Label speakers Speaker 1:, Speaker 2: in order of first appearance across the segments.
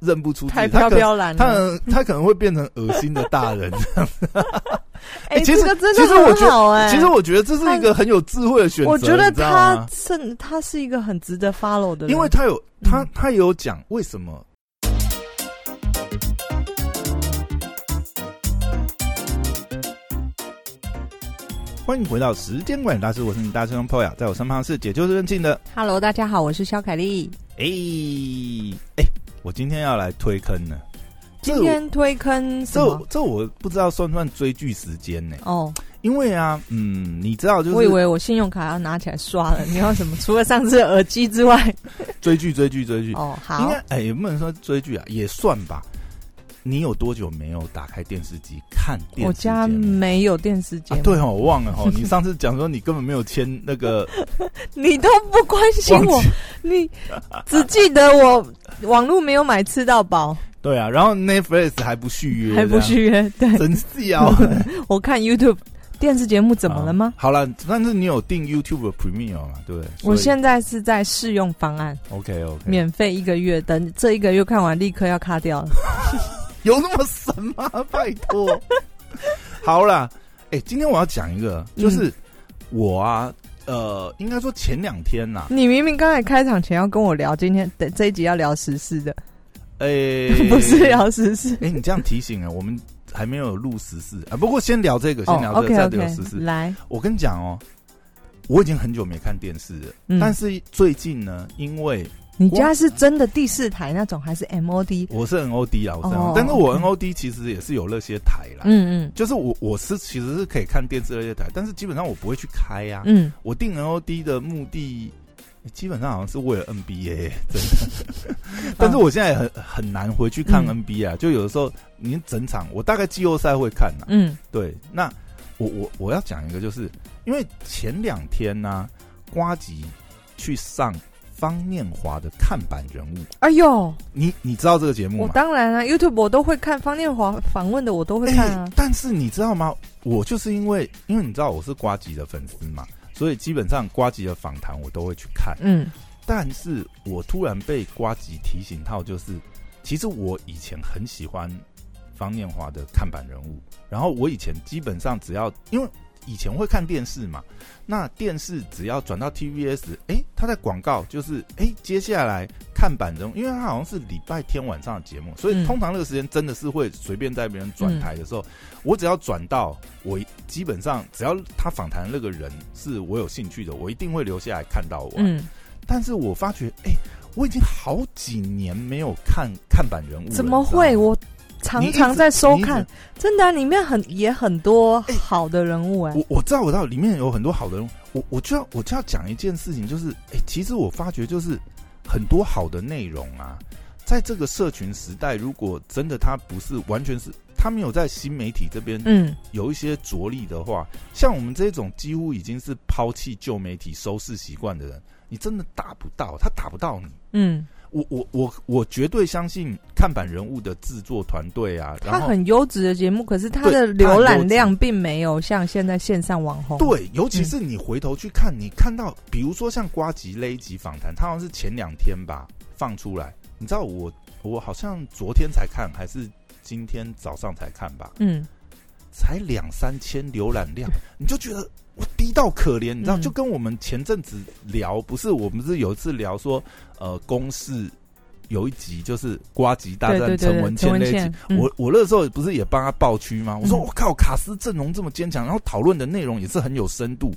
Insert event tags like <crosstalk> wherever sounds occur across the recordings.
Speaker 1: 认不出自己，
Speaker 2: 太
Speaker 1: 他可
Speaker 2: 飘
Speaker 1: 能
Speaker 2: 飘然
Speaker 1: 他可
Speaker 2: 了。
Speaker 1: 能他可能会变成恶心的大人。
Speaker 2: 哎，
Speaker 1: 其实
Speaker 2: 这个真
Speaker 1: 其实
Speaker 2: 的
Speaker 1: 我
Speaker 2: 很
Speaker 1: 觉得
Speaker 2: 好 <laughs> 哎。
Speaker 1: 其实我觉得这是一个很有智慧的选择，
Speaker 2: 我觉得
Speaker 1: 你知道
Speaker 2: 他
Speaker 1: 吗？
Speaker 2: 是他是一个很值得 follow 的人，
Speaker 1: 因为他有他
Speaker 2: 嗯
Speaker 1: 他有讲为什么。欢迎回到时间管理大师，我是你大师兄 p o y a 在我身旁是解救任性的
Speaker 2: Hello，大家好，我是肖凯丽。
Speaker 1: 哎、哎、我今天要来推坑了。这
Speaker 2: 今天推坑什
Speaker 1: 这
Speaker 2: 么？
Speaker 1: 这我不知道算不算追剧时间呢、
Speaker 2: 哦，
Speaker 1: 因为啊，嗯，你知道就
Speaker 2: 我以
Speaker 1: 是
Speaker 2: 为我信用卡要拿起来刷了。你要什么？除了上次的耳机之外，
Speaker 1: 追剧追剧追剧，
Speaker 2: 哦，
Speaker 1: 应
Speaker 2: 好
Speaker 1: 该，哎、也不能说追剧啊，也算吧。你有多久没有打开电视机看电
Speaker 2: 我
Speaker 1: 视节
Speaker 2: 家
Speaker 1: 目？
Speaker 2: 没有电视节
Speaker 1: 啊
Speaker 2: 目，，
Speaker 1: 对哦，我忘了
Speaker 2: <laughs>
Speaker 1: 哦。你上次讲说你根本没有签那个
Speaker 2: 你都不关心
Speaker 1: 忘
Speaker 2: 我
Speaker 1: 记，
Speaker 2: 你只记得我网络没有买吃到饱，
Speaker 1: 对啊，然后 Netflix 还不续约，
Speaker 2: <laughs> 还不续约。
Speaker 1: 这
Speaker 2: 对
Speaker 1: 样，真是要
Speaker 2: 我看 YouTube 电视节目 <laughs> 怎么了吗？
Speaker 1: 好了，但是你有订 YouTube Premium 嘛？对不对？
Speaker 2: 我现在是在试用方案，
Speaker 1: OK OK，
Speaker 2: 免费一个月，等这一个月看完立刻要卡
Speaker 1: <laughs>
Speaker 2: 掉了。
Speaker 1: 有那么神吗？拜
Speaker 2: <laughs>
Speaker 1: 托。好啦，哎、今天我要讲一个，
Speaker 2: 嗯
Speaker 1: 就是我啊，呃，应该说前两天呐、
Speaker 2: 你明明刚才开场前要跟我聊今天等这一集要聊时事的，
Speaker 1: 哎、
Speaker 2: <laughs> 不是啊聊时事。
Speaker 1: 哎、你这样提醒了，我们还没有录十四啊。不过先聊这个，
Speaker 2: 哦
Speaker 1: 先聊这个，
Speaker 2: ，OK
Speaker 1: 再聊
Speaker 2: OK，
Speaker 1: 十四。
Speaker 2: 来，
Speaker 1: 我跟你讲哦，我已经很久没看电视了，
Speaker 2: 嗯
Speaker 1: 但是最近呢，因为
Speaker 2: 你家是真的第四台那种还是 MOD？
Speaker 1: 我是 NOD 啦，我是 NOD，、
Speaker 2: 哦
Speaker 1: 但是我 NOD 其实也是有那些台啦。
Speaker 2: 嗯
Speaker 1: 就是我，我是其实是可以看电视那些台，但是基本上我不会去开啊呀、
Speaker 2: 嗯嗯，
Speaker 1: 我订 NOD 的目的欸基本上好像是为了 NBA，真的。但是我现在也很很难回去看
Speaker 2: 嗯
Speaker 1: NBA 啊，就有的时候你整场，我大概季后赛会看呐、啊
Speaker 2: 嗯
Speaker 1: 对，那我我我要讲一个，就是因为前两天呢、瓜吉去上方念华的看板人物，
Speaker 2: 哎呦，
Speaker 1: 你你知道这个节目
Speaker 2: 我
Speaker 1: 吗？
Speaker 2: 当然啊，YouTube 我都会看，方念华访问的我都会看啊
Speaker 1: 欸。但是你知道吗？我就是因为因为你知道我是瓜吉的粉丝嘛，所以基本上瓜吉的访谈我都会去看。
Speaker 2: 嗯，
Speaker 1: 但是我突然被瓜吉提醒到，就是其实我以前很喜欢方念华的看板人物，然后我以前基本上只要因为以前会看电视嘛，那电视只要转到 TVS，哎、他在广告就是哎、诶接下来看板人物，因为他好像是礼拜天晚上的节目，所以
Speaker 2: 嗯
Speaker 1: 通常那个时间真的是会随便在别人转台的时候，我只要转到我基本上只要他访谈那个人是我有兴趣的，我一定会留下来看到我。啊
Speaker 2: 嗯，
Speaker 1: 但是我发觉，哎、我已经好几年没有看看板人物了，
Speaker 2: 怎么
Speaker 1: 你知道
Speaker 2: 会？
Speaker 1: 吗
Speaker 2: 我常常在收
Speaker 1: 你一
Speaker 2: 看
Speaker 1: 直，
Speaker 2: 真的啊、里面很也很多好的人物哎、
Speaker 1: 我我知道，我知道，里面有很多好的人物，我我就要我就要讲一件事情，就是，哎、其实我发觉就是很多好的内容啊，在这个社群时代，如果真的它不是完全是。他没有在新媒体这边
Speaker 2: 嗯，
Speaker 1: 有一些着力的话，像我们这种几乎已经是抛弃旧媒体收视习惯的人，你真的打不到，他打不到你。
Speaker 2: 嗯，
Speaker 1: 我我我我绝对相信看板人物的制作团队啊，
Speaker 2: 他
Speaker 1: 然后
Speaker 2: 很优质的节目，可是他的
Speaker 1: 对它很
Speaker 2: 浏
Speaker 1: 优质
Speaker 2: 览量并没有像现在线上网红。，
Speaker 1: 对，尤其是你回头去看，你看到比如说像瓜吉那一集访谈，他好像是前两天吧放出来，你知道我我好像昨天才看，还是今天早上才看吧，
Speaker 2: 嗯，
Speaker 1: 才两三千浏览
Speaker 2: <laughs>
Speaker 1: 量，你就觉得我低到可怜，你知道，
Speaker 2: 嗯
Speaker 1: 就跟我们前阵子聊，不是我们是有一次聊说，呃，公式有一集就是瓜吉大
Speaker 2: 对
Speaker 1: 战
Speaker 2: 对
Speaker 1: 陈
Speaker 2: 对
Speaker 1: 文
Speaker 2: 对，
Speaker 1: 茜
Speaker 2: 陈
Speaker 1: 那
Speaker 2: 文
Speaker 1: 一集，
Speaker 2: 茜，嗯
Speaker 1: 我我那时候不是也帮他爆区吗？我说
Speaker 2: 嗯
Speaker 1: 我、靠，卡斯阵容这么坚强，然后讨论的内容也是很有深度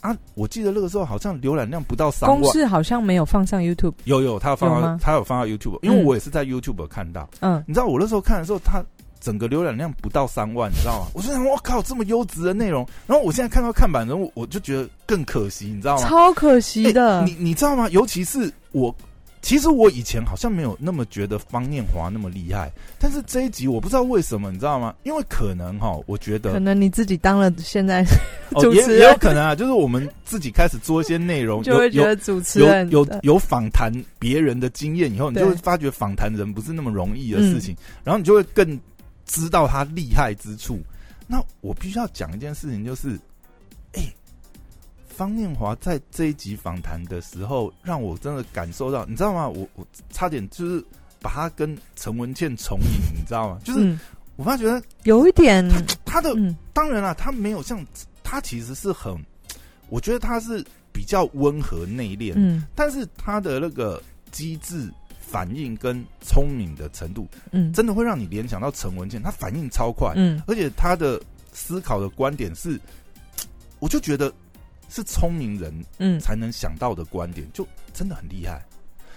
Speaker 1: 啊！我记得那个时候好像浏览量不到三
Speaker 2: 公
Speaker 1: 万，
Speaker 2: 式好像没有放上 YouTube。
Speaker 1: 有有，他有放到
Speaker 2: 有吗
Speaker 1: 他有放到 YouTube，因为
Speaker 2: 嗯
Speaker 1: 我也是在 YouTube 看到。
Speaker 2: 嗯，
Speaker 1: 你知道我那时候看的时候，他整个浏览量不到三万，你知道吗？我就想我靠，这么优质的内容，然后我现在看到看板人物，我就觉得更可惜，你知道吗？
Speaker 2: 超可惜
Speaker 1: 欸
Speaker 2: 的。
Speaker 1: 你你知道吗？尤其是我，其实我以前好像没有那么觉得方念华那么厉害，但是这一集我不知道为什么，你知道吗？因为可能哈，我觉
Speaker 2: 可
Speaker 1: 得
Speaker 2: 能你自己当了现在
Speaker 1: 哦，
Speaker 2: 主
Speaker 1: 也
Speaker 2: 持人
Speaker 1: 也有可能啊，就是我们自己开始做一些内容，
Speaker 2: <laughs> 就
Speaker 1: 有
Speaker 2: 会觉
Speaker 1: 有
Speaker 2: 得主持
Speaker 1: 有
Speaker 2: 人
Speaker 1: 有
Speaker 2: 的
Speaker 1: 有访谈别人的经验以后，你
Speaker 2: 对嗯
Speaker 1: 就会发觉访谈人不是那么容易的事情，然后你就会更知道他厉害之处。那我必须要讲一件事情，就是，哎、方念华在这一集访谈的时候，让我真的感受到，你知道吗？我我差点就是把他跟陈文茜重影，你知
Speaker 2: <laughs>
Speaker 1: 道吗？就是
Speaker 2: 嗯，
Speaker 1: 我发觉得
Speaker 2: 有一点，
Speaker 1: 他的
Speaker 2: 嗯
Speaker 1: 当然啦，他没有像他其实是很，我觉得他是比较温和内敛，
Speaker 2: 嗯
Speaker 1: 但是他的那个机智反应跟聪明的程度，
Speaker 2: 嗯
Speaker 1: 真的会让你联想到陈文茜，他反应超快，
Speaker 2: 嗯
Speaker 1: 而且他的思考的观点是，我就觉得是聪明人
Speaker 2: 嗯
Speaker 1: 才能想到的观点，就真的很厉害。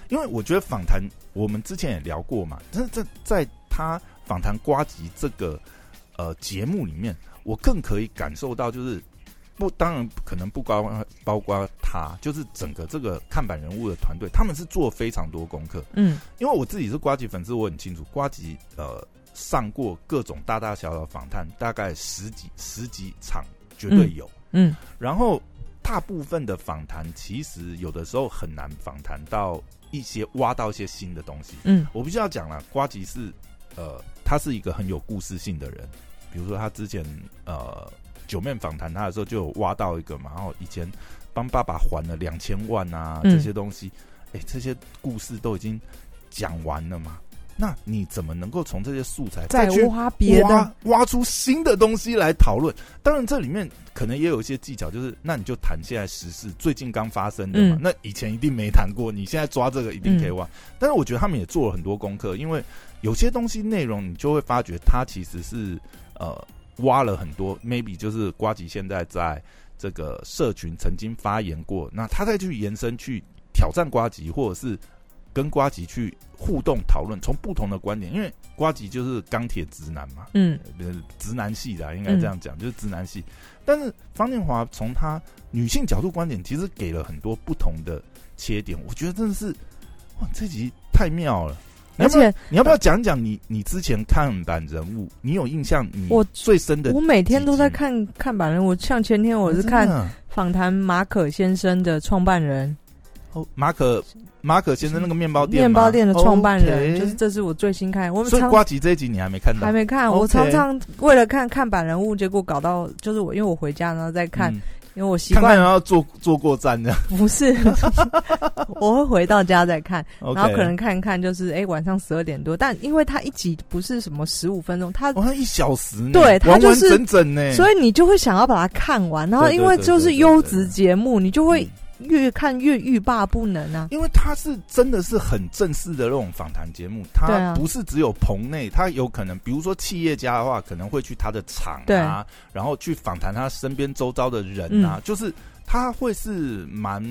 Speaker 1: 因为我觉得访谈，我们之前也聊过嘛，但是在在他访谈瓜吉这个呃节目里面，我更可以感受到，就是不当然可能不包包括他，就是整个这个看板人物的团队，他们是做非常多功课。
Speaker 2: 嗯
Speaker 1: 因为我自己是瓜吉粉丝，我很清楚瓜吉呃上过各种大大小小的访谈，大概十几十几场绝对有。
Speaker 2: 嗯
Speaker 1: 然后大部分的访谈，其实有的时候很难访谈到一些挖到一些新的东西。
Speaker 2: 嗯
Speaker 1: 我必须要讲了，瓜吉是呃，他是一个很有故事性的人。比如说他之前呃九面访谈他的时候，就有挖到一个嘛，然后以前帮爸爸还了两千万啊
Speaker 2: 嗯
Speaker 1: 这些东西，哎、这些故事都已经讲完了嘛。那你怎么能够从这些素材
Speaker 2: 再
Speaker 1: 去
Speaker 2: 挖别的，
Speaker 1: 挖挖出新的东西来讨论。当然，这里面可能也有一些技巧，就是那你就谈现在时事最近刚发生的嘛，
Speaker 2: 嗯
Speaker 1: 那以前一定没谈过，你现在抓这个一定可以挖。但是我觉得他们也做了很多功课，因为有些东西内容你就会发觉它其实是呃挖了很多，maybe 就是瓜吉现在在这个社群曾经发言过，那他再去延伸去挑战瓜吉，或者是跟瓜吉去互动讨论，从不同的观点，因为瓜吉就是钢铁直男嘛，
Speaker 2: 嗯
Speaker 1: 呃，直男系的啊、应该这样讲，就是直男系。但是方念华从他女性角度观点，其实给了很多不同的切点，我觉得真的是，哇，这集太妙了。你要
Speaker 2: 而
Speaker 1: 不要
Speaker 2: 且
Speaker 1: 你要不要讲讲你你之前看板人物，你有印象你
Speaker 2: 我
Speaker 1: 最深的哦
Speaker 2: 我每天都在看看板人物，像前天我是
Speaker 1: 真
Speaker 2: 看
Speaker 1: 的啊
Speaker 2: 访谈马可先生的创办人，
Speaker 1: 哦马可马可先生那个面包店吗
Speaker 2: 面包店的创办人，
Speaker 1: OK
Speaker 2: 就是这是我最新看，我们
Speaker 1: 所以
Speaker 2: 常
Speaker 1: 瓜吉这一集你还没看到
Speaker 2: 还，没看，我
Speaker 1: OK
Speaker 2: 常常为了看看板人物，结果搞到就是我因为我回家然后再看，
Speaker 1: 嗯
Speaker 2: 因为我习
Speaker 1: 看看
Speaker 2: 惯
Speaker 1: 有没有坐坐过站的，
Speaker 2: 不是， <laughs> 我会回到家再看，
Speaker 1: OK
Speaker 2: 然后可能看一看就是哎、晚上十二点多，但因为它一集不是什么十五分钟，它
Speaker 1: 好像一小时呢，
Speaker 2: 对他
Speaker 1: 完
Speaker 2: 就
Speaker 1: 完
Speaker 2: 是
Speaker 1: 整整呢，
Speaker 2: 所以你就会想要把它看完，然后
Speaker 1: 对对
Speaker 2: 因为
Speaker 1: 对
Speaker 2: 就
Speaker 1: 对
Speaker 2: 是
Speaker 1: 对
Speaker 2: 优
Speaker 1: 对
Speaker 2: 质节目，你就会
Speaker 1: 嗯
Speaker 2: 越看越欲罢不能啊。
Speaker 1: 因为他是真的是很正式的那种访谈节目，
Speaker 2: 对
Speaker 1: 他
Speaker 2: 啊
Speaker 1: 不是只有棚内，他有可能，比如说企业家的话，可能会去他的厂
Speaker 2: 对
Speaker 1: 啊，然后去访谈他身边周遭的人
Speaker 2: 嗯
Speaker 1: 啊，就是他会是蛮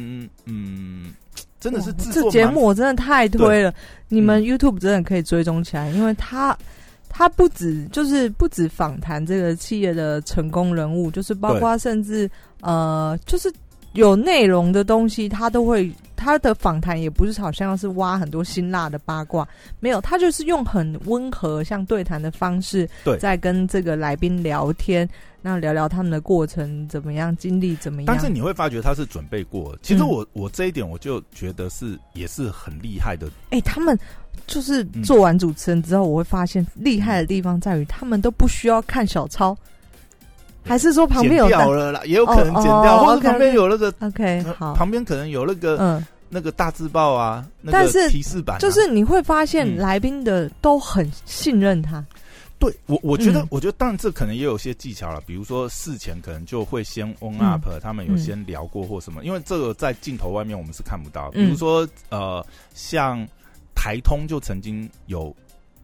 Speaker 1: 嗯，真的是
Speaker 2: 哇
Speaker 1: 制作
Speaker 2: 这
Speaker 1: 蛮嗯
Speaker 2: 节目我真的太推了，你们 YouTube 真的可以追踪起来，因为它它不止就是不止访谈这个企业的成功人物，就是包括甚至呃，就是有内容的东西，它都会它的访谈也不是好像是挖很多辛辣的八卦，没有，它就是用很温和像对谈的方式，
Speaker 1: 对
Speaker 2: 在跟这个来宾聊天，那聊聊他们的过程怎么样，经历怎么样，
Speaker 1: 但是你会发觉他是准备过的。其实
Speaker 2: 嗯
Speaker 1: 我、我这一点我就觉得是也是很厉害的，
Speaker 2: 哎、他们就是
Speaker 1: 嗯
Speaker 2: 做完主持人之后，我会发现厉害的地方在于，他们都不需要看小抄，还是说旁边有
Speaker 1: 剪掉
Speaker 2: 大
Speaker 1: 了啦，也有可能剪掉，
Speaker 2: 哦
Speaker 1: 或
Speaker 2: 哦
Speaker 1: 者
Speaker 2: OK，OK
Speaker 1: 旁边有那个、
Speaker 2: OK 好，
Speaker 1: 旁边可能有那个、
Speaker 2: 嗯，
Speaker 1: 那个大字报啊，那
Speaker 2: 但
Speaker 1: 个
Speaker 2: 是
Speaker 1: 提示板啊、
Speaker 2: 就是你会发现
Speaker 1: 嗯
Speaker 2: 来宾的都很信任他，
Speaker 1: 对我，我觉得，
Speaker 2: 嗯
Speaker 1: 我觉得，当然这可能也有些技巧了，比如说事前可能就会先 on
Speaker 2: 嗯
Speaker 1: up，、他们有
Speaker 2: 嗯
Speaker 1: 先聊过或什么，因为这个在镜头外面我们是看不到。比
Speaker 2: 嗯
Speaker 1: 如说，呃，像台通就曾经有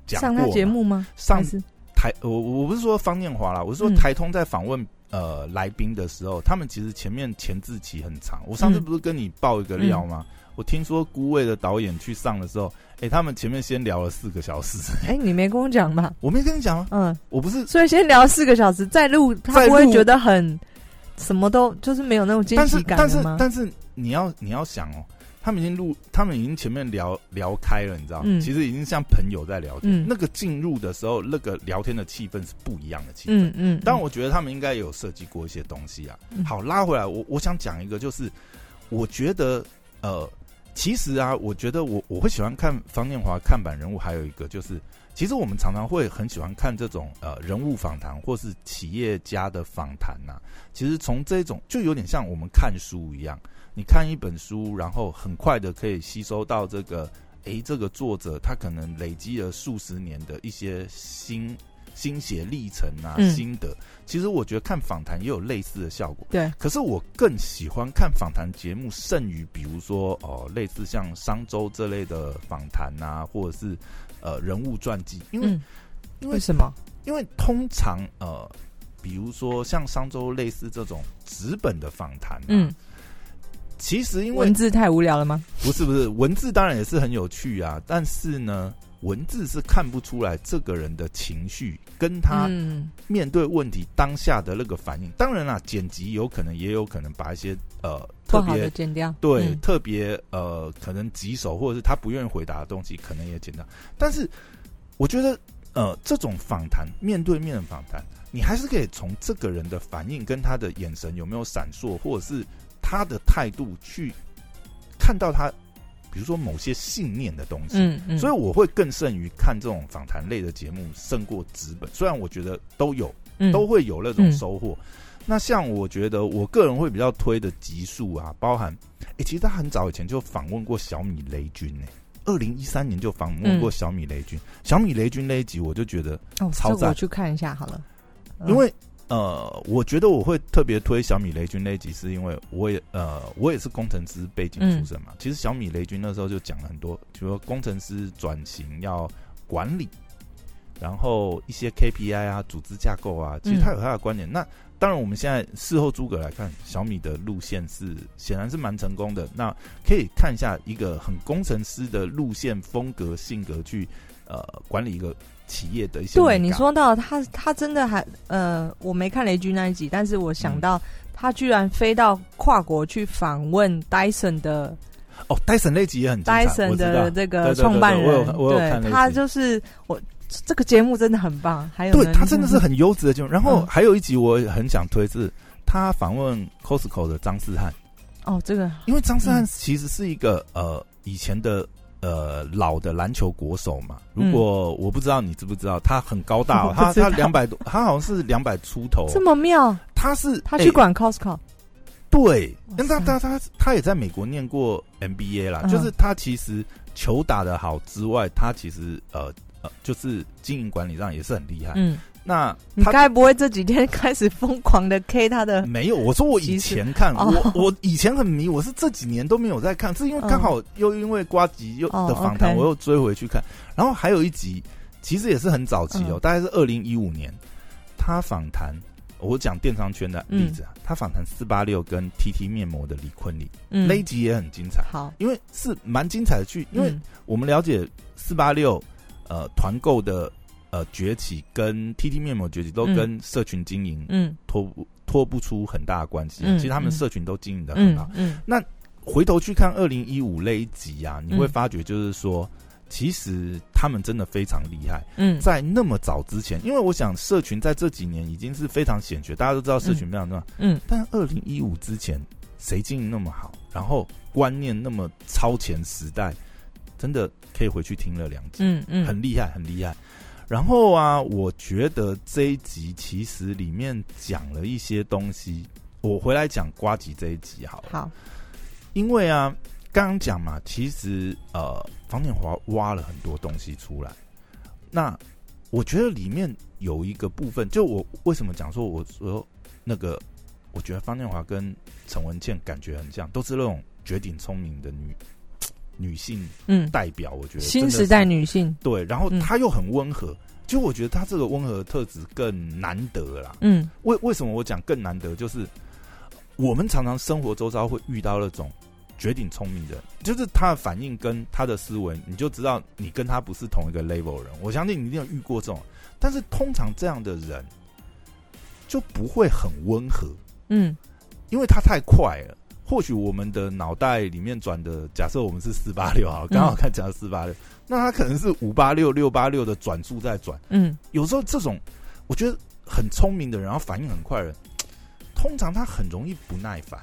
Speaker 1: 讲
Speaker 2: 上
Speaker 1: 过
Speaker 2: 他节
Speaker 1: 嘛，
Speaker 2: 目吗？
Speaker 1: 上
Speaker 2: 还是
Speaker 1: 台，我我不是说方念华啦，我是说
Speaker 2: 嗯
Speaker 1: 台通在访问、呃来宾的时候，他们其实前面前置期很长。我上次
Speaker 2: 嗯
Speaker 1: 不是跟你爆一个料吗？我听说孤味的导演去上的时候，哎、他们前面先聊了四个小时， <laughs>
Speaker 2: 哎、你没跟我讲吧？
Speaker 1: 我没跟你讲吗？ <laughs>
Speaker 2: 嗯，
Speaker 1: 我不是
Speaker 2: 所以先聊四个小时再录，他
Speaker 1: 再
Speaker 2: 不会
Speaker 1: 录
Speaker 2: 觉得很什么都就是没有那种惊
Speaker 1: 但
Speaker 2: 喜
Speaker 1: 是
Speaker 2: 感
Speaker 1: 但
Speaker 2: 了
Speaker 1: 是
Speaker 2: 吗？
Speaker 1: 但是你要你要想哦，他们已经录，他们已经前面聊聊开了，你知道，
Speaker 2: 嗯
Speaker 1: 其实已经像朋友在聊天。
Speaker 2: 嗯
Speaker 1: 那个进入的时候，那个聊天的气氛是不一样的气氛。
Speaker 2: 嗯嗯，
Speaker 1: 但我觉得他们应该有设计过一些东西啊。
Speaker 2: 嗯
Speaker 1: 好，拉回来，我我想讲一个，就是我觉得呃，其实啊，我觉得我我会喜欢看方念华看板人物，还有一个就是，其实我们常常会很喜欢看这种呃人物访谈或是企业家的访谈呐、其实从这种就有点像我们看书一样，你看一本书，然后很快的可以吸收到这个诶，这个作者他可能累积了数十年的一些心心血历程啊、
Speaker 2: 嗯
Speaker 1: 心得。其实我觉得看访谈也有类似的效果。
Speaker 2: 对，
Speaker 1: 可是我更喜欢看访谈节目，胜于比如说哦、类似像商周这类的访谈啊，或者是呃人物传记，因为、
Speaker 2: 嗯，
Speaker 1: 因为
Speaker 2: 为什么？
Speaker 1: 因为通常呃，比如说像商周类似这种纸本的访谈、啊，
Speaker 2: 嗯，，
Speaker 1: 其实因为
Speaker 2: 文字太无聊了吗？
Speaker 1: 不是不是，文字当然也是很有趣啊，但是呢，文字是看不出来这个人的情绪跟他
Speaker 2: 嗯，
Speaker 1: 面对问题当下的那个反应。当然啦，剪辑有可能也有可能把一些呃
Speaker 2: 不
Speaker 1: 特
Speaker 2: 好的
Speaker 1: 别
Speaker 2: 剪掉。
Speaker 1: 对、
Speaker 2: 嗯
Speaker 1: 特别呃可能棘手或者是他不愿意回答的东西，可能也剪掉。但是我觉得呃这种访谈面对面的访谈，你还是可以从这个人的反应跟他的眼神有没有闪烁，或者是他的态度去看到他，比如说某些信念的东西。
Speaker 2: 嗯嗯，
Speaker 1: 所以我会更胜于看这种访谈类的节目，胜过纸本。虽然我觉得都有，
Speaker 2: 以
Speaker 1: 都会有那种
Speaker 2: 嗯
Speaker 1: 收获。那像我觉得，我个人会比较推的集数啊，包含，诶、其实他很早以前就访问过小米雷军呢、2二零一三年就访问
Speaker 2: 嗯
Speaker 1: 过小米雷军。小米雷军那一集，我就觉得，
Speaker 2: 哦，
Speaker 1: 超
Speaker 2: 这个
Speaker 1: 赞
Speaker 2: 我去看一下好了。嗯
Speaker 1: 因为呃，我觉得我会特别推小米雷军那一集，是因为我也呃，我也是工程师背景出身
Speaker 2: 嗯
Speaker 1: 嘛。其实小米雷军那时候就讲了很多，比如说工程师转型要管理，然后一些 KPI 啊、组织架构啊，其实它有它的观点。
Speaker 2: 嗯
Speaker 1: 那当然，我们现在事后诸葛来看，小米的路线是显然是蛮成功的。那可以看一下一个很工程师的路线、风格、性格去呃管理一个企业的一些。
Speaker 2: 对你。说到他，他真的还呃，我没看雷军那一集，但是
Speaker 1: 嗯
Speaker 2: 我想到他居然飞到跨国去访问 Dyson 的
Speaker 1: 哦，戴森那集也很精彩，
Speaker 2: Dyson
Speaker 1: 我知道
Speaker 2: 的这
Speaker 1: 对
Speaker 2: 个
Speaker 1: 对对
Speaker 2: 创办人
Speaker 1: 我有看，我有看那
Speaker 2: 对
Speaker 1: 一
Speaker 2: 他
Speaker 1: 集
Speaker 2: 就是我这个节目真的很棒，还有
Speaker 1: 对
Speaker 2: 呢
Speaker 1: 他真的是很优质的节目。然后
Speaker 2: 嗯
Speaker 1: 还有一集我很想推是，他访问 Costco 的张思翰，
Speaker 2: 哦，这个，
Speaker 1: 因为张思翰其实是一个、呃以前的呃老的篮球国手嘛。如果我不知道你知不知道，他很高大、哦
Speaker 2: <laughs>
Speaker 1: 他
Speaker 2: 不知
Speaker 1: 他
Speaker 2: 道
Speaker 1: 两百多，他好像是两百出头哦、
Speaker 2: 这么妙，
Speaker 1: 他是
Speaker 2: 他
Speaker 1: 哎
Speaker 2: 去管 Costco，
Speaker 1: 对，
Speaker 2: 哇
Speaker 1: 但他他
Speaker 2: 塞
Speaker 1: 他他也在美国念过 MBA 啦，
Speaker 2: 嗯
Speaker 1: 就是他其实球打得好之外，他其实呃呃，就是经营管理上也是很厉害。
Speaker 2: 嗯，
Speaker 1: 那
Speaker 2: 你
Speaker 1: 哎他
Speaker 2: 该不会这几天 <laughs> 开始疯狂的 K 他的？
Speaker 1: 没有，我说我以
Speaker 2: 其实
Speaker 1: 前看，
Speaker 2: 哦嗯
Speaker 1: 我我以前很迷，我是这几年都没有在看，是因为刚好又因为瓜吉又
Speaker 2: 哦
Speaker 1: 的访谈，
Speaker 2: OK
Speaker 1: 我又追回去看。然后还有一集，其实也是很早期哦，
Speaker 2: 嗯
Speaker 1: 大概是二零一五年，他访谈。我讲电商圈的例子啊，他访谈四八六跟 TT 面膜的李坤里，
Speaker 2: 嗯
Speaker 1: 那一集也很精彩。
Speaker 2: 好，
Speaker 1: 因为是蛮精彩的剧，因为
Speaker 2: 嗯
Speaker 1: 我们了解四八六呃团购的呃崛起跟 TT 面膜崛起都
Speaker 2: 嗯
Speaker 1: 跟社群经营
Speaker 2: 嗯
Speaker 1: 脱不脱不出很大的关系、
Speaker 2: 嗯
Speaker 1: 其实他们
Speaker 2: 嗯
Speaker 1: 社群都经营的很好
Speaker 2: 嗯。嗯
Speaker 1: 回头去看二零一五那一集啊，你会
Speaker 2: 嗯
Speaker 1: 发觉就是说，其实他们真的非常厉害。
Speaker 2: 嗯，
Speaker 1: 在那么早之前，因为我想社群在这几年已经是非常显学，大家都知道社群非常重要。
Speaker 2: 嗯
Speaker 1: 但二零一五之前，谁经营那么好，然后观念那么超前时代，真的可以回去听了两集，
Speaker 2: 嗯嗯，
Speaker 1: 很厉害，很厉害。然后啊，我觉得这一集其实里面讲了一些东西，我回来讲瓜吉这一集好了，
Speaker 2: 好，
Speaker 1: 因为啊，刚刚讲嘛，其实呃，房建华挖了很多东西出来，那我觉得里面有一个部分，就我为什么讲说我说那个，我觉得方建华跟陈文茜感觉很像，都是那种绝顶聪明的女女性
Speaker 2: 嗯，
Speaker 1: 代表，我觉得
Speaker 2: 新
Speaker 1: 真的
Speaker 2: 时
Speaker 1: 是
Speaker 2: 代女性，
Speaker 1: 对，然后
Speaker 2: 嗯
Speaker 1: 她又很温和。就我觉得她这个温和的特质更难得啦。
Speaker 2: 嗯
Speaker 1: 为为什么我讲更难得？就是我们常常生活周遭会遇到那种绝顶聪明的人，就是他的反应跟他的思维，你就知道你跟他不是同一个 level 人。我相信你一定有遇过这种，但是通常这样的人就不会很温和，
Speaker 2: 嗯
Speaker 1: 因为他太快了。或许我们的脑袋里面转的，假设我们是四八六啊，刚好看讲四八六，那他可能是五八六、六八六的转速在转。
Speaker 2: 嗯
Speaker 1: 有时候这种我觉得很聪明的人，然后反应很快的人，通常他很容易不耐烦。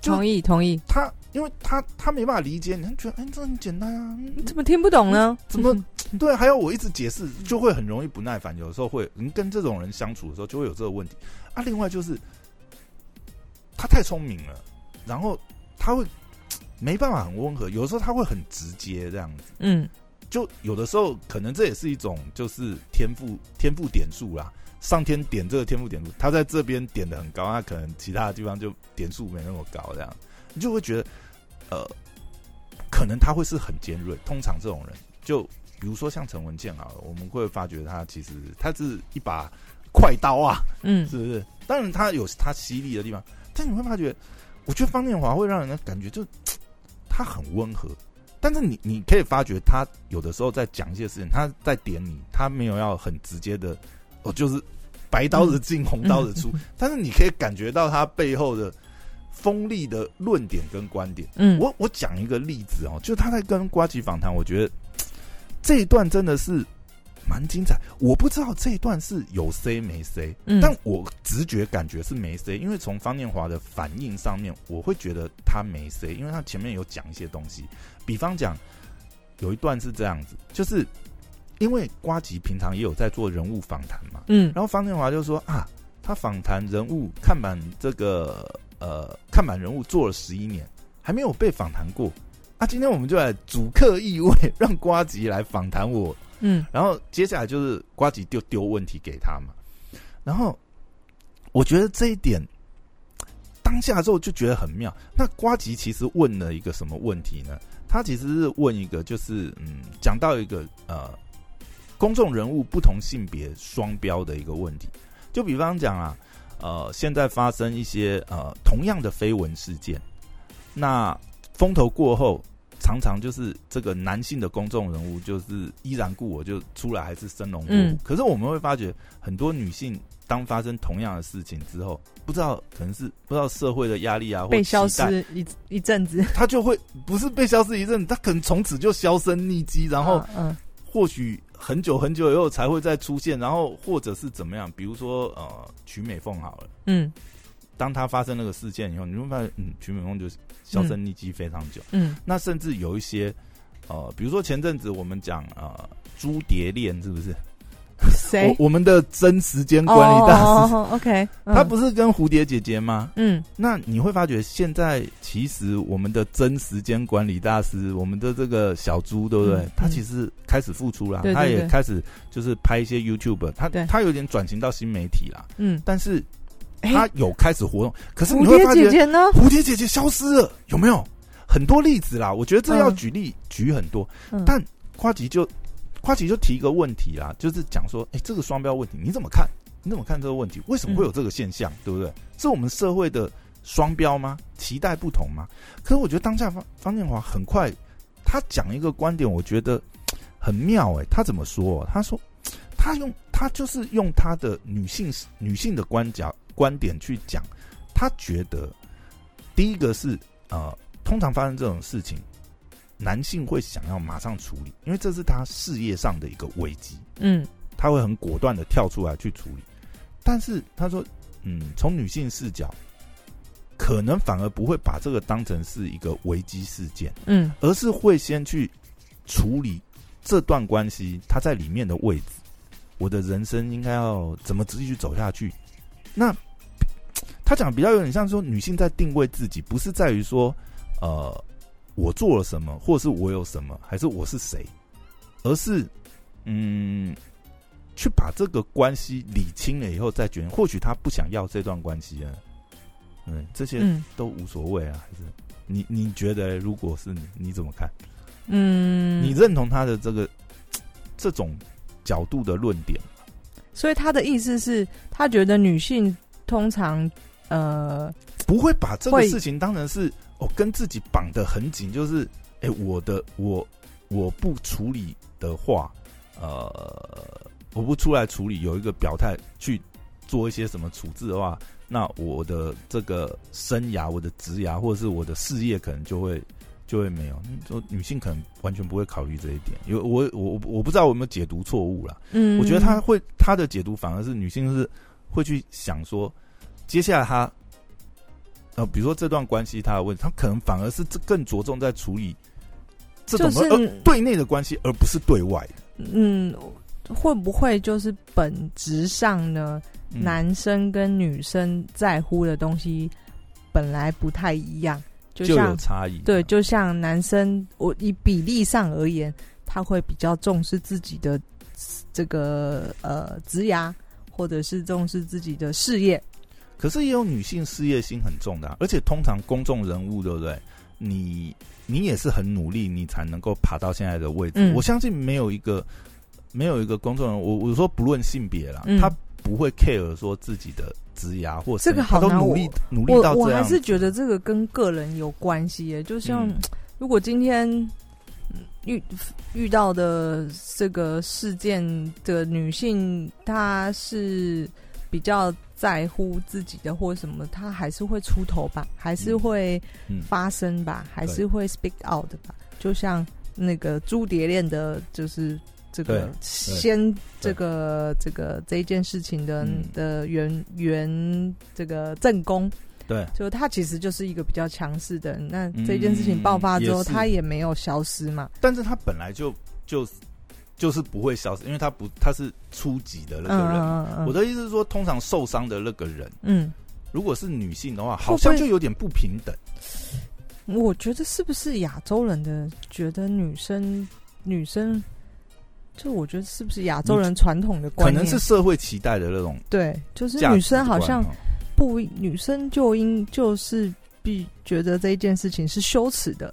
Speaker 1: 就
Speaker 2: 同意同意，
Speaker 1: 他因为他他没办法理解，你觉得哎、这很简单啊，嗯
Speaker 2: 你怎么听不懂呢？
Speaker 1: 怎么对，还有我一直解释，就会很容易不耐烦。有时候会，你跟这种人相处的时候，就会有这个问题啊。另外就是他太聪明了，然后他会没办法很温和，有的时候他会很直接这样子。
Speaker 2: 嗯，
Speaker 1: 就有的时候可能这也是一种就是天赋天赋点数啦，上天点这个天赋点数，他在这边点的很高，他可能其他的地方就点数没那么高，这样你就会觉得，呃，可能他会是很尖锐。通常这种人，就比如说像陈文健啊，我们会发觉他其实他是一把快刀啊，
Speaker 2: 嗯
Speaker 1: 是不是？当然他有他犀利的地方，但你会发觉，我觉得方念华会让人家感觉就他很温和，但是你你可以发觉他有的时候在讲一些事情，他在点你，他没有要很直接的，哦，就是白刀子进红刀子出，
Speaker 2: 嗯
Speaker 1: 但是你可以感觉到他背后的锋利的论点跟观点。
Speaker 2: 嗯，
Speaker 1: 我我讲一个例子哦，就是他在跟瓜吉访谈，我觉得这一段真的是蛮精彩。我不知道这一段是有 C 没 C，、
Speaker 2: 嗯
Speaker 1: 但我直觉感觉是没 C，因为从方念华的反应上面，我会觉得他没 C，因为他前面有讲一些东西，比方讲有一段是这样子，就是因为瓜吉平常也有在做人物访谈嘛，
Speaker 2: 嗯
Speaker 1: 然后方建华就说啊，他访谈人物看板这个呃看板人物做了十一年，还没有被访谈过。啊，今天我们就来主客意味，让瓜吉来访谈我。
Speaker 2: 嗯
Speaker 1: 然后接下来就是瓜吉就丢问题给他嘛。然后我觉得这一点当下之后就觉得很妙。那瓜吉其实问了一个什么问题呢？他其实是问一个，就是嗯，讲到一个呃，公众人物不同性别双标的一个问题。就比方讲啊，呃，现在发生一些呃同样的绯闻事件，那风头过后，常常就是这个男性的公众人物就是依然故我，就出来还是生龙活虎。
Speaker 2: 嗯
Speaker 1: 可是我们会发觉，很多女性当发生同样的事情之后，不知道可能是不知道社会的压力啊，或
Speaker 2: 被消
Speaker 1: 期待，
Speaker 2: 失一一阵子，
Speaker 1: 她就会不是被消失一阵子，她可能从此就销声匿迹，然后
Speaker 2: 啊嗯
Speaker 1: 或许很久很久以后才会再出现，然后或者是怎么样，比如说呃，曲美凤好了。
Speaker 2: 嗯
Speaker 1: 当她发生那个事件以后，你会发现，嗯，曲美凤就销声匿迹非常久。
Speaker 2: 嗯
Speaker 1: 那甚至有一些，呃，比如说前阵子我们讲呃，朱蝶恋是不是？
Speaker 2: 谁
Speaker 1: 我我们的真时间管理大师，
Speaker 2: 哦，OK，
Speaker 1: 他不是跟蝴蝶姐姐吗？
Speaker 2: 嗯
Speaker 1: 那你会发觉，现在其实我们的真时间管理大师，我们的这个小猪，对不对？
Speaker 2: 嗯
Speaker 1: 他其实开始付出啦，
Speaker 2: 对对
Speaker 1: 他也
Speaker 2: 对
Speaker 1: 开始就是拍一些 YouTube，他
Speaker 2: 对
Speaker 1: 他有点转型到新媒体啦，
Speaker 2: 嗯，
Speaker 1: 但是
Speaker 2: 哎
Speaker 1: 他有开始活动，可是你
Speaker 2: 蝴
Speaker 1: 会
Speaker 2: 蝶
Speaker 1: 发
Speaker 2: 姐
Speaker 1: 觉
Speaker 2: 姐呢？
Speaker 1: 蝴蝶姐姐消失了，有没有？很多例子啦，我觉得这要
Speaker 2: 嗯
Speaker 1: 举例、举很多。
Speaker 2: 嗯
Speaker 1: 但夸吉就夸吉就提一个问题啦，就是讲说，哎、这个双标问题你怎么看？你怎么看这个问题？为什么会有这个现象？对不对？是我们社会的双标吗？期待不同吗？可是我觉得当下方方建华很快，他讲一个观点，我觉得很妙哎、他怎么说、他说他用他就是用他的女性女性的观角观点去讲，他觉得第一个是呃，通常发生这种事情，男性会想要马上处理，因为这是他事业上的一个危机，
Speaker 2: 嗯
Speaker 1: 他会很果断的跳出来去处理。但是他说，嗯，从女性视角，可能反而不会把这个当成是一个危机事件，
Speaker 2: 嗯
Speaker 1: 而是会先去处理这段关系它在里面的位置，我的人生应该要怎么继续走下去？那他讲比较有点像说女性在定位自己，不是在于说呃我做了什么，或是我有什么，还是我是谁，而是嗯。去把这个关系理清了以后再决定，或许他不想要这段关系啊，嗯，这些
Speaker 2: 嗯
Speaker 1: 都无所谓啊，还是你你觉得如果是你，你怎么看？
Speaker 2: 嗯，
Speaker 1: 你认同他的这个这种角度的论点？
Speaker 2: 所以他的意思是，他觉得女性通常呃，
Speaker 1: 不会把这个
Speaker 2: 会
Speaker 1: 事情当成是哦跟自己绑得很紧，就是哎、我的我我不处理的话，呃，我不出来处理，有一个表态去做一些什么处置的话，那我的这个生涯、我的职涯或者是我的事业可能就会。就会没有，嗯就女性可能完全不会考虑这一点。有我我我不知道我有没有解读错误啦，
Speaker 2: 嗯，
Speaker 1: 我觉得他会他的解读反而是女性是会去想说，接下来他呃，比如说这段关系他的问题，他可能反而是这更着重在处理这种、
Speaker 2: 就是
Speaker 1: 呃对内的关系，而不是对外的。
Speaker 2: 嗯，会不会就是本质上呢，
Speaker 1: 嗯
Speaker 2: 男生跟女生在乎的东西本来不太一样，就
Speaker 1: 就
Speaker 2: 像
Speaker 1: 有差异。
Speaker 2: 对，就像男生，我以比例上而言，他会比较重视自己的这个呃职涯，或者是重视自己的事业。
Speaker 1: 可是也有女性事业心很重的、啊，而且通常公众人物，对不对？你你也是很努力，你才能够爬到现在的位置。
Speaker 2: 嗯
Speaker 1: 我相信没有一个没有一个公众人物，我我说不论性别啦，
Speaker 2: 嗯
Speaker 1: 他不会 care 说自己的职涯或
Speaker 2: 这个
Speaker 1: 生意他
Speaker 2: 好
Speaker 1: 都
Speaker 2: 难
Speaker 1: 努
Speaker 2: 我
Speaker 1: 力努力
Speaker 2: 我
Speaker 1: 到这样子。
Speaker 2: 我还是觉得这个跟个人有关系耶，就像、
Speaker 1: 嗯
Speaker 2: 如果今天嗯遇遇到的这个事件的女性，她是比较在乎自己的或什么，她还是会出头吧，还是会
Speaker 1: 嗯
Speaker 2: 发声吧，还是会 speak out 吧。就像那个珠蝶恋的，就是这
Speaker 1: 对
Speaker 2: 个先
Speaker 1: 对
Speaker 2: 这个这个这一件事情的
Speaker 1: 嗯
Speaker 2: 的原原这个正宫，
Speaker 1: 对，
Speaker 2: 就他其实就是一个比较强势的人。那这件事情爆发
Speaker 1: 嗯
Speaker 2: 之
Speaker 1: 也
Speaker 2: 后，
Speaker 1: 是
Speaker 2: 他也没有消失嘛。
Speaker 1: 但是他本来就就就是不会消失，因为他不他是初级的那
Speaker 2: 嗯
Speaker 1: 个人。
Speaker 2: 嗯嗯，
Speaker 1: 我
Speaker 2: 的
Speaker 1: 的意思是说，通常受伤的那个人，
Speaker 2: 嗯，
Speaker 1: 如果是女性的话，
Speaker 2: 会
Speaker 1: 好
Speaker 2: 不
Speaker 1: 像
Speaker 2: 会
Speaker 1: 就有点不平等。
Speaker 2: 我觉得是不是亚洲人的觉得女生女生，就我觉得是不是亚洲人传统的
Speaker 1: 可
Speaker 2: 观念，
Speaker 1: 能是社会期待的那种
Speaker 2: 对，就是
Speaker 1: 价值观。哦
Speaker 2: 女生好像
Speaker 1: 哈
Speaker 2: 不，女生就应就是必觉得这一件事情是羞耻的，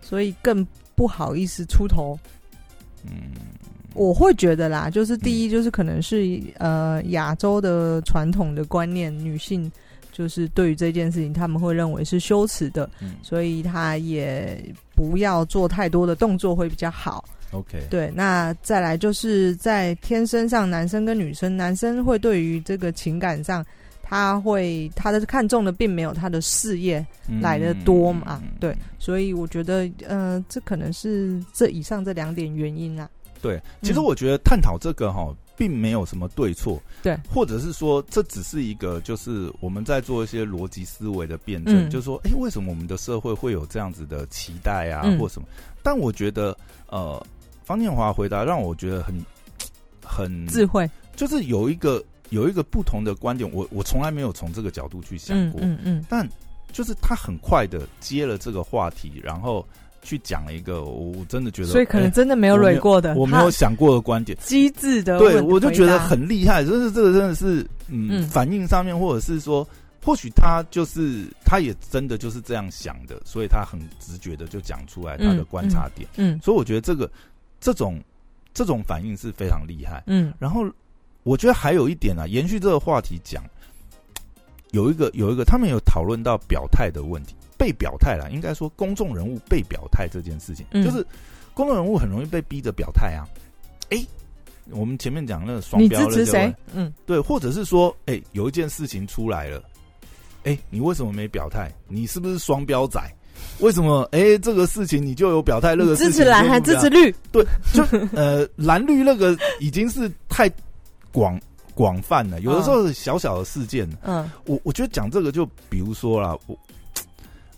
Speaker 2: 所以更不好意思出头。
Speaker 1: 嗯，
Speaker 2: 我会觉得啦，就是第一就是可能是呃亚洲的传统的观念，女性就是对于这件事情他们会认为是羞耻的，
Speaker 1: 嗯
Speaker 2: 所以她也不要做太多的动作会比较好。
Speaker 1: ，OK，
Speaker 2: 对，那再来就是在天生上，男生跟女生，男生会对于这个情感上，他会他的看重的并没有他的事业
Speaker 1: 嗯
Speaker 2: 来的多嘛，
Speaker 1: 嗯
Speaker 2: 对，所以我觉得，呃，这可能是这以上这两点原因啦。啊
Speaker 1: 对。其实我觉得探讨这个哈，并没有什么对错，
Speaker 2: 对，
Speaker 1: 或者是说这只是一个就是我们在做一些逻辑思维的辩证，
Speaker 2: 嗯
Speaker 1: 就是说，哎，为什么我们的社会会有这样子的期待啊，
Speaker 2: 嗯
Speaker 1: 或什么？但我觉得，呃，方建华回答让我觉得很很
Speaker 2: 智慧，
Speaker 1: 就是有一个有一个不同的观点，我我从来没有从这个角度去想
Speaker 2: 嗯
Speaker 1: 过，
Speaker 2: 嗯嗯，
Speaker 1: 但就是他很快的接了这个话题，然后去讲了一个我我真的觉得，
Speaker 2: 所以可能
Speaker 1: 哎
Speaker 2: 真的没有
Speaker 1: 我没有
Speaker 2: 蕊过的，
Speaker 1: 我没有想过的观点，
Speaker 2: 他机智的呃问，
Speaker 1: 对我就
Speaker 2: 回
Speaker 1: 觉得
Speaker 2: 答，
Speaker 1: 很厉害，就是这个真的是嗯
Speaker 2: 嗯
Speaker 1: 反应上面，或者是说。或许他就是，他也真的就是这样想的，所以他很直觉的就讲出来他的
Speaker 2: 嗯
Speaker 1: 观察点，
Speaker 2: 嗯
Speaker 1: 所以我觉得这个这种这种反应是非常厉害。
Speaker 2: 嗯
Speaker 1: 然后我觉得还有一点啊，延续这个话题讲，有一个有一个，他们有讨论到表态的问题，被表态啦，应该说公众人物被表态这件事情，
Speaker 2: 嗯
Speaker 1: 就是公众人物很容易被逼着表态啊。哎、我们前面讲那个双
Speaker 2: 你
Speaker 1: 标
Speaker 2: 支
Speaker 1: 了，
Speaker 2: 持谁？？嗯
Speaker 1: 对，或者是说，哎、有一件事情出来了，哎、你为什么没表态？你是不是双标仔？为什么？哎、这个事情你就有表态，那个
Speaker 2: 你
Speaker 1: 事情
Speaker 2: 支持蓝
Speaker 1: 就
Speaker 2: 还
Speaker 1: 不表
Speaker 2: 支
Speaker 1: 态
Speaker 2: 持绿？ <laughs>
Speaker 1: 呃，蓝绿那个已经是太广广泛了，有的时候是小小的事件，
Speaker 2: 嗯
Speaker 1: 我我觉得讲这个就比如说啦，我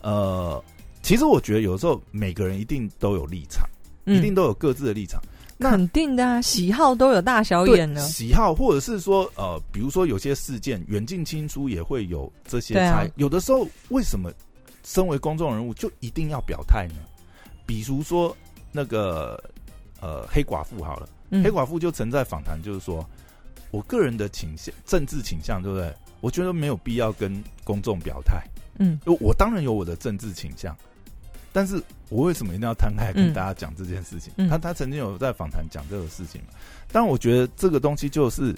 Speaker 1: 呃，其实我觉得有时候每个人一定都有立场，一定
Speaker 2: 嗯，
Speaker 1: 都有各自的立场，那
Speaker 2: 肯定的啊，喜好都有大小眼
Speaker 1: 对
Speaker 2: 了。
Speaker 1: 喜好，或者是说呃，比如说有些事件，远近亲疏也会有这些
Speaker 2: 对啊
Speaker 1: 差异。有的时候为什么身为公众人物就一定要表态呢？比如说那个呃黑寡妇好了。
Speaker 2: 嗯
Speaker 1: 黑寡妇就曾在访谈就是说，我个人的倾向、政治倾向，对不对？我觉得没有必要跟公众表态。
Speaker 2: 嗯，
Speaker 1: 我我当然有我的政治倾向，但是我为什么一定要摊开跟
Speaker 2: 嗯
Speaker 1: 大家讲这件事情？
Speaker 2: 嗯
Speaker 1: 他他曾经有在访谈讲这个事情嘛？但我觉得这个东西就是，嘖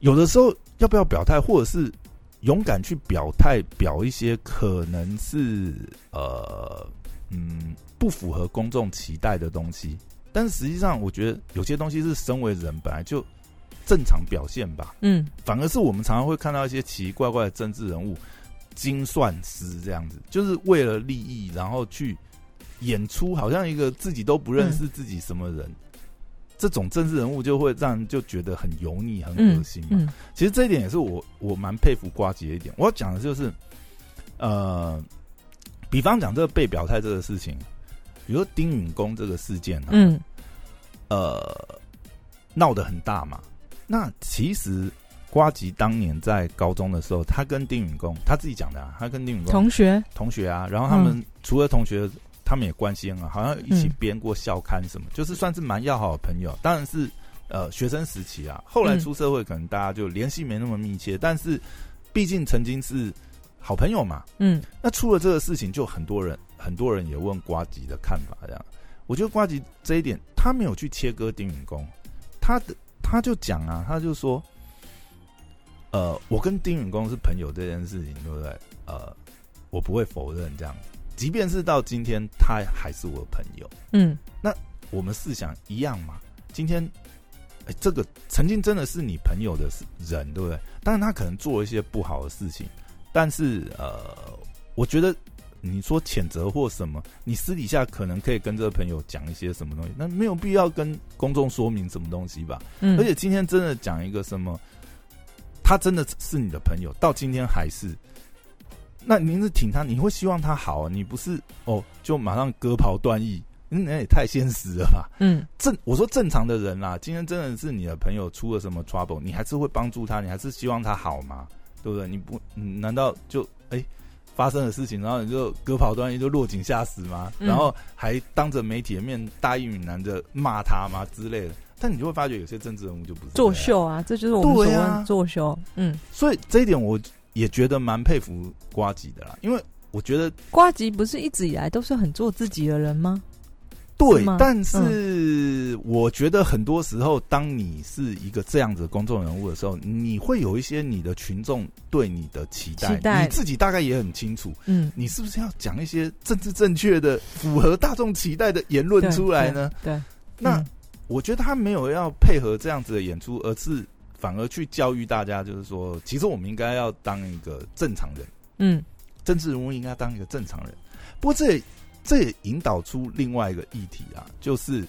Speaker 1: 有的时候要不要表态，或者是勇敢去表态，表一些可能是呃嗯不符合公众期待的东西。但是实际上，我觉得有些东西是身为人本来就正常表现吧，
Speaker 2: 嗯
Speaker 1: 反而是我们常常会看到一些奇奇怪怪的政治人物精算师这样子，就是为了利益，然后去演出好像一个自己都不认
Speaker 2: 嗯
Speaker 1: 识自己什么人。这种政治人物就会让人就觉得很油腻、很恶
Speaker 2: 嗯
Speaker 1: 心嘛。
Speaker 2: 嗯
Speaker 1: 其实这一点也是我我蛮佩服瓜姐的一点。我要讲的就是，呃，比方讲这个被表态这个事情，比如说丁允恭这个事件、啊，，
Speaker 2: 嗯
Speaker 1: 呃，闹得很大嘛。那其实瓜吉当年在高中的时候，他跟丁允恭他自己讲的、啊，他跟丁允恭
Speaker 2: 同学，
Speaker 1: 同学啊，然后他们除了同学，他们也关系很好，好像一起编过校刊什么，就是算是蛮要好的朋友。当然是呃学生时期啊，后来出社会可能大家就联系没那么密切，但是毕竟曾经是好朋友嘛。
Speaker 2: 嗯
Speaker 1: 那出了这个事情，就很多人很多人也问瓜吉的看法，这样。我觉得瓜吉这一点，他没有去切割丁允恭，他的他就讲啊，他就说，呃，我跟丁允恭是朋友这件事情，对不对？呃，我不会否认这样子，即便是到今天，他还是我的朋友。
Speaker 2: 嗯
Speaker 1: 我们试想一样嘛，今天，哎，这个曾经真的是你朋友的人，对不对？当然他可能做了一些不好的事情，但是呃，我觉得你说谴责或什么，你私底下可能可以跟这个朋友讲一些什么东西，那没有必要跟公众说明什么东西吧？
Speaker 2: 嗯，
Speaker 1: 而且今天真的讲一个什么，他真的是你的朋友，到今天还是。那您是挺他，你会希望他好、啊，你不是哦，就马上割袍断义，嗯那也太现实了吧？
Speaker 2: 嗯
Speaker 1: 正我说正常的人啦，今天真的是你的朋友出了什么 trouble，你还是会帮助他，你还是希望他好吗？对不对？你不，嗯、难道就哎、发生的事情，然后你就割袍断义，就落井下石吗？
Speaker 2: 嗯
Speaker 1: 然后还当着媒体的面大义凛然的骂他吗之类的？但你就会发觉有些政治人物就不是这样
Speaker 2: 作，秀啊，这就是我们所
Speaker 1: 对
Speaker 2: 谓
Speaker 1: 啊
Speaker 2: 的作秀。嗯，
Speaker 1: 所以这一点我也觉得蛮佩服瓜吉的啦，因为我觉得
Speaker 2: 瓜吉不是一直以来都是很做自己的人吗？
Speaker 1: 对
Speaker 2: 是吗，嗯
Speaker 1: 但是我觉得很多时候，当你是一个这样子的公众人物的时候，你会有一些你的群众对你的期待，
Speaker 2: 期待
Speaker 1: 你自己大概也很清楚，
Speaker 2: 嗯，
Speaker 1: 你是不是要讲一些政治正确的、符合大众期待的言论
Speaker 2: 对
Speaker 1: 出来呢？？
Speaker 2: 对，对
Speaker 1: 那、
Speaker 2: 嗯
Speaker 1: 我觉得他没有要配合这样子的演出，而是反而去教育大家，就是说，其实我们应该要当一个正常人。
Speaker 2: 嗯
Speaker 1: 政治人物应该当一个正常人。不过这也这也引导出另外一个议题啊，就是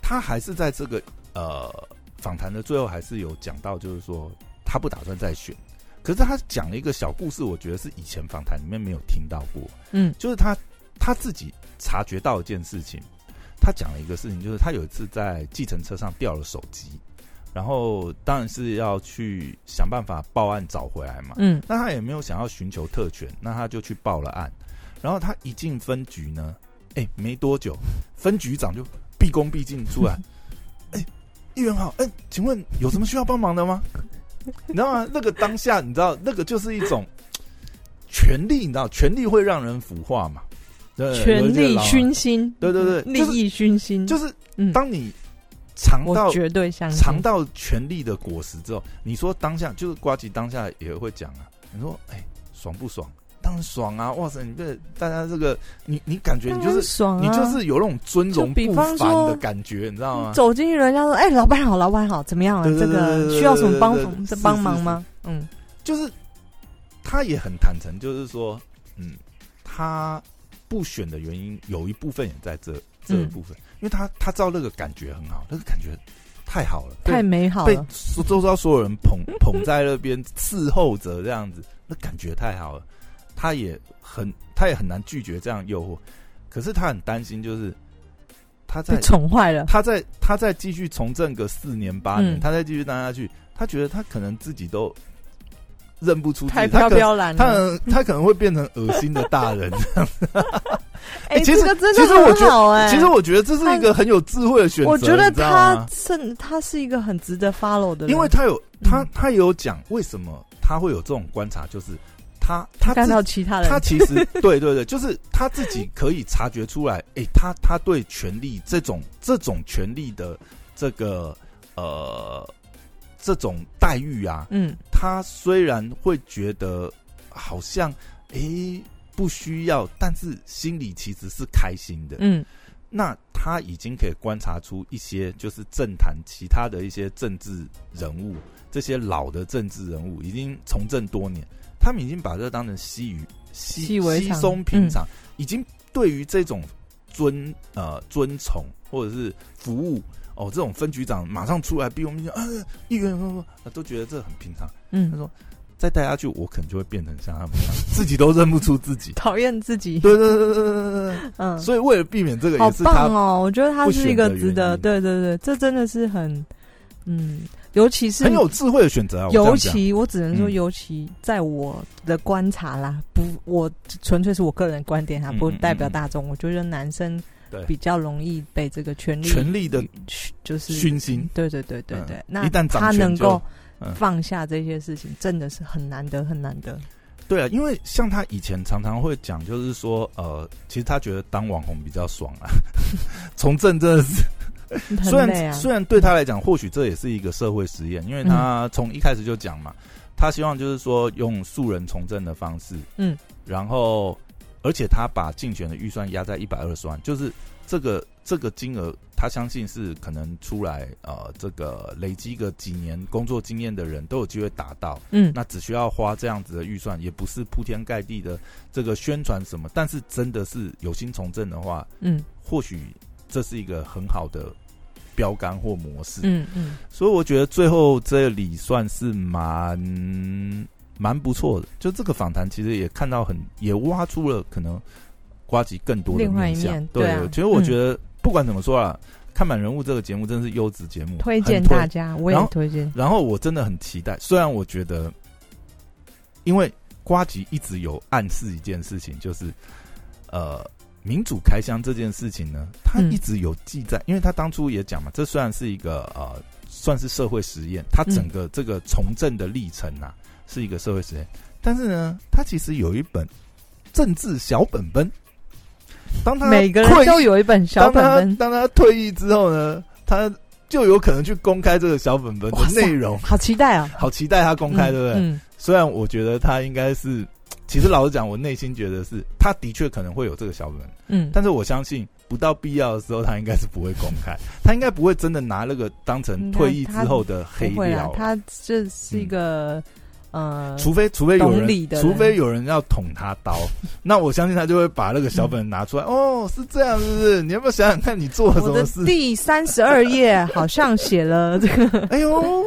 Speaker 1: 他还是在这个呃访谈的最后还是有讲到，就是说他不打算再选。可是他讲了一个小故事，我觉得是以前访谈里面没有听到过，
Speaker 2: 嗯
Speaker 1: 就是他他自己察觉到一件事情，他讲了一个事情，就是他有一次在计程车上掉了手机，然后当然是要去想办法报案找回来嘛。
Speaker 2: 嗯
Speaker 1: 那他也没有想要寻求特权，那他就去报了案。然后他一进分局呢，哎、没多久，分局长就毕恭毕敬出来，
Speaker 2: <laughs>
Speaker 1: 哎、议员好，哎、请问有什么需要帮忙的
Speaker 2: <laughs>
Speaker 1: 吗？你知道吗？那个当下，你知道那个就是一种权力，你知道权力会让人腐化嘛？对，
Speaker 2: 权
Speaker 1: 呃有一句
Speaker 2: 力
Speaker 1: 老话
Speaker 2: 熏心，嗯
Speaker 1: 对对对
Speaker 2: 利
Speaker 1: 就是
Speaker 2: 益熏心，
Speaker 1: 就是
Speaker 2: 嗯
Speaker 1: 当你尝
Speaker 2: 我
Speaker 1: 到
Speaker 2: 绝对相信。
Speaker 1: 尝到权力的果实之后，你说当下就是瓜吉当下也会讲啊，你说哎、爽不爽？当然爽啊！哇塞，你这大家这个你你感觉你就
Speaker 2: 当然
Speaker 1: 是、
Speaker 2: 爽啊，
Speaker 1: 你就是有那种尊荣
Speaker 2: 就比
Speaker 1: 不
Speaker 2: 方
Speaker 1: 凡
Speaker 2: 说
Speaker 1: 的感觉，你知道吗？
Speaker 2: 走进去，人家说：“哎，老板好，老板好，怎么样啊？
Speaker 1: 对对
Speaker 2: 这
Speaker 1: 对对
Speaker 2: 个
Speaker 1: 对
Speaker 2: 需要什么帮
Speaker 1: 对对对
Speaker 2: 这
Speaker 1: 是
Speaker 2: 帮
Speaker 1: 是
Speaker 2: 忙
Speaker 1: 是
Speaker 2: 吗？”嗯
Speaker 1: 就是他也很坦诚，就是说，嗯，他不选的原因有一部分也在这这
Speaker 2: 嗯
Speaker 1: 部分，因为他他知道那个感觉很好，那个感觉太好了，对
Speaker 2: 太美好
Speaker 1: 被
Speaker 2: 了，
Speaker 1: 周周遭所有人捧 <laughs> 捧在那边伺候着这样子，那感觉太好了。他也很他也很难拒绝这样诱惑，可是他很担心，就是他
Speaker 2: 被
Speaker 1: 在
Speaker 2: 宠坏了。
Speaker 1: 他在他在继续从政个四年八年，
Speaker 2: 嗯
Speaker 1: 他再继续当下去，他觉得他可能自己都认不出自己，
Speaker 2: 太
Speaker 1: 他可
Speaker 2: 飘
Speaker 1: 能
Speaker 2: 飘然
Speaker 1: 他可
Speaker 2: 了，
Speaker 1: 能他可能会变成恶心的大
Speaker 2: <laughs>
Speaker 1: 人。
Speaker 2: 哎，
Speaker 1: 哎其实
Speaker 2: 这个真
Speaker 1: 其实
Speaker 2: 的
Speaker 1: 我觉
Speaker 2: 很好哎。
Speaker 1: 其实我觉得这是一个很有智慧的选择，
Speaker 2: 我觉得
Speaker 1: 你知道吗
Speaker 2: 他是他是一个很值得 follow 的人，
Speaker 1: 因为他有他
Speaker 2: 嗯
Speaker 1: 他有讲为什么他会有这种观察，就是他他
Speaker 2: 看
Speaker 1: 自
Speaker 2: 到其他人，
Speaker 1: 他其实 <laughs> 对对对，就是他自己可以察觉出来，诶，他他对权力这种这种权力的这个呃这种待遇啊，
Speaker 2: 嗯
Speaker 1: 他虽然会觉得好像诶不需要，但是心里其实是开心的。
Speaker 2: 嗯
Speaker 1: 那他已经可以观察出一些，就是政坛其他的一些政治人物，这些老的政治人物已经从政多年，他们已经把这当成稀于稀
Speaker 2: 习为
Speaker 1: 稀
Speaker 2: 常
Speaker 1: 松平
Speaker 2: 嗯
Speaker 1: 常，已经对于这种尊呃尊崇或者是服务哦，这种分局长马上出来逼我们讲啊，议员什么什么呃都觉得这很平常。他
Speaker 2: 嗯，
Speaker 1: 说再带下去，我可能就会变成像他们一样，自己都认不出自
Speaker 2: <laughs>
Speaker 1: 己。
Speaker 2: 讨厌自己，
Speaker 1: 对对对对对对对对，
Speaker 2: 嗯，
Speaker 1: 所以为了避免这个，
Speaker 2: 好
Speaker 1: 也是他
Speaker 2: 棒哦！我觉得他
Speaker 1: 不
Speaker 2: 是
Speaker 1: 选
Speaker 2: 一个
Speaker 1: 的
Speaker 2: 值
Speaker 1: 原
Speaker 2: 得，
Speaker 1: 因
Speaker 2: 对对对，这真的是很嗯，尤其是
Speaker 1: 很有智慧的选择啊。我这样
Speaker 2: 尤
Speaker 1: 讲
Speaker 2: 其我只能说，
Speaker 1: 嗯
Speaker 2: 尤其在我的观察啦，不，我纯粹是我个人观点哈，
Speaker 1: 嗯
Speaker 2: 不
Speaker 1: 嗯
Speaker 2: 代表
Speaker 1: 嗯嗯
Speaker 2: 大众。我觉得男生
Speaker 1: 对
Speaker 2: 比较容易被这个权力
Speaker 1: 权力的
Speaker 2: 熏就是
Speaker 1: 熏心，
Speaker 2: 对对对对对，
Speaker 1: 嗯
Speaker 2: 那
Speaker 1: 一旦掌
Speaker 2: 他
Speaker 1: 权
Speaker 2: 能
Speaker 1: 就
Speaker 2: 够
Speaker 1: 嗯
Speaker 2: 放下这些事情，真的是很难得很
Speaker 1: <laughs>
Speaker 2: 难得。
Speaker 1: 对啊，因为像他以前常常会讲，就是说，呃，其实他觉得当网红比较爽啊。 <laughs> 从政真的是，
Speaker 2: 很
Speaker 1: 虽
Speaker 2: 累
Speaker 1: 然
Speaker 2: 啊
Speaker 1: 虽然对他来讲，或许这也是一个社会实验，因为
Speaker 2: 嗯
Speaker 1: 他从一开始就讲嘛，他希望就是说用素人从政的方式，
Speaker 2: 嗯，
Speaker 1: 然后而且他把竞选的预算压在一百二十万，就是这个这个金额，他相信是可能出来呃，这个累积个几年工作经验的人都有机会达到。
Speaker 2: 嗯
Speaker 1: 那只需要花这样子的预算，也不是铺天盖地的这个宣传什么，但是真的是有心从政的话，
Speaker 2: 嗯
Speaker 1: 或许这是一个很好的标杆或模式。
Speaker 2: 嗯嗯，
Speaker 1: 所以我觉得最后这里算是蛮蛮不错的，就这个访谈其实也看到很也挖出了可能瓜吉更多的
Speaker 2: 另外一
Speaker 1: 向。
Speaker 2: 面
Speaker 1: 对，
Speaker 2: 对啊
Speaker 1: 其实我
Speaker 2: 嗯
Speaker 1: 觉得不管怎么说啊，看板人物》这个节目真是优质节目，
Speaker 2: 推荐
Speaker 1: 很推
Speaker 2: 大家，我
Speaker 1: 然
Speaker 2: 也
Speaker 1: 后
Speaker 2: 推荐。
Speaker 1: 然后我真的很期待，虽然我觉得，因为瓜吉一直有暗示一件事情，就是呃，民主开箱这件事情呢，他
Speaker 2: 嗯
Speaker 1: 一直有记载，因为他当初也讲嘛，这虽然是一个呃，算是社会实验，他整个这个从政的历程啊，是一个社会实验，但是呢，他其实有一本政治小本本，当他
Speaker 2: 每个
Speaker 1: 退
Speaker 2: 人都有一本小本
Speaker 1: 当他
Speaker 2: 本，
Speaker 1: 当他退役之后呢，他就有可能去公开这个小本本的
Speaker 2: 哇塞
Speaker 1: 内容。
Speaker 2: 好期待啊！
Speaker 1: 好期待他公开，
Speaker 2: 嗯
Speaker 1: 对不对？
Speaker 2: 嗯
Speaker 1: 虽然我觉得他应该是，其实老实讲，我内心觉得是，他的确可能会有这个小本本，
Speaker 2: 嗯，
Speaker 1: 但是我相信不到必要的时候，他应该是不会公开，他应该不会真的拿那个当成退役之后的黑
Speaker 2: 不会啦
Speaker 1: 料，，啊嗯
Speaker 2: 他这是一个呃，
Speaker 1: 除非除非有
Speaker 2: 懂理
Speaker 1: 人，
Speaker 2: 的人
Speaker 1: 除非有人要捅他刀， <laughs> 那我相信他就会把那个小本本拿出来。
Speaker 2: 嗯
Speaker 1: 哦，是这样，是不是？你要不要想想看你做了什
Speaker 2: 我的
Speaker 1: 么事？
Speaker 2: 第三十二页好像写了这
Speaker 1: <laughs>
Speaker 2: 个，
Speaker 1: 哎呦，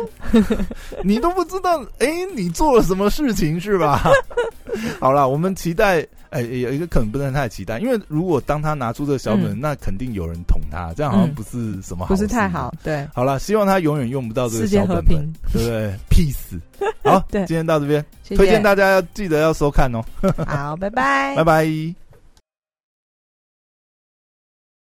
Speaker 1: 你都不知道，哎，你做了什么事情是吧？ <laughs> 好啦，我们期待，哎，有一个可能不能太期待，因为如果当他拿出这个小本，
Speaker 2: 嗯
Speaker 1: 那肯定有人捅他，这样好像
Speaker 2: 嗯
Speaker 1: 不是什么好、
Speaker 2: 不是太好。，对，
Speaker 1: 好啦，希望他永远用不到这
Speaker 2: 世
Speaker 1: 个
Speaker 2: 界
Speaker 1: 小
Speaker 2: 和
Speaker 1: 本本，
Speaker 2: 平，
Speaker 1: 对不
Speaker 2: <laughs>
Speaker 1: 对？Peace。好，
Speaker 2: 对
Speaker 1: 今天到这边，
Speaker 2: 谢
Speaker 1: <laughs>
Speaker 2: 谢
Speaker 1: 推荐大家要记得要收看哦，
Speaker 2: 好，拜拜
Speaker 1: 拜。拜。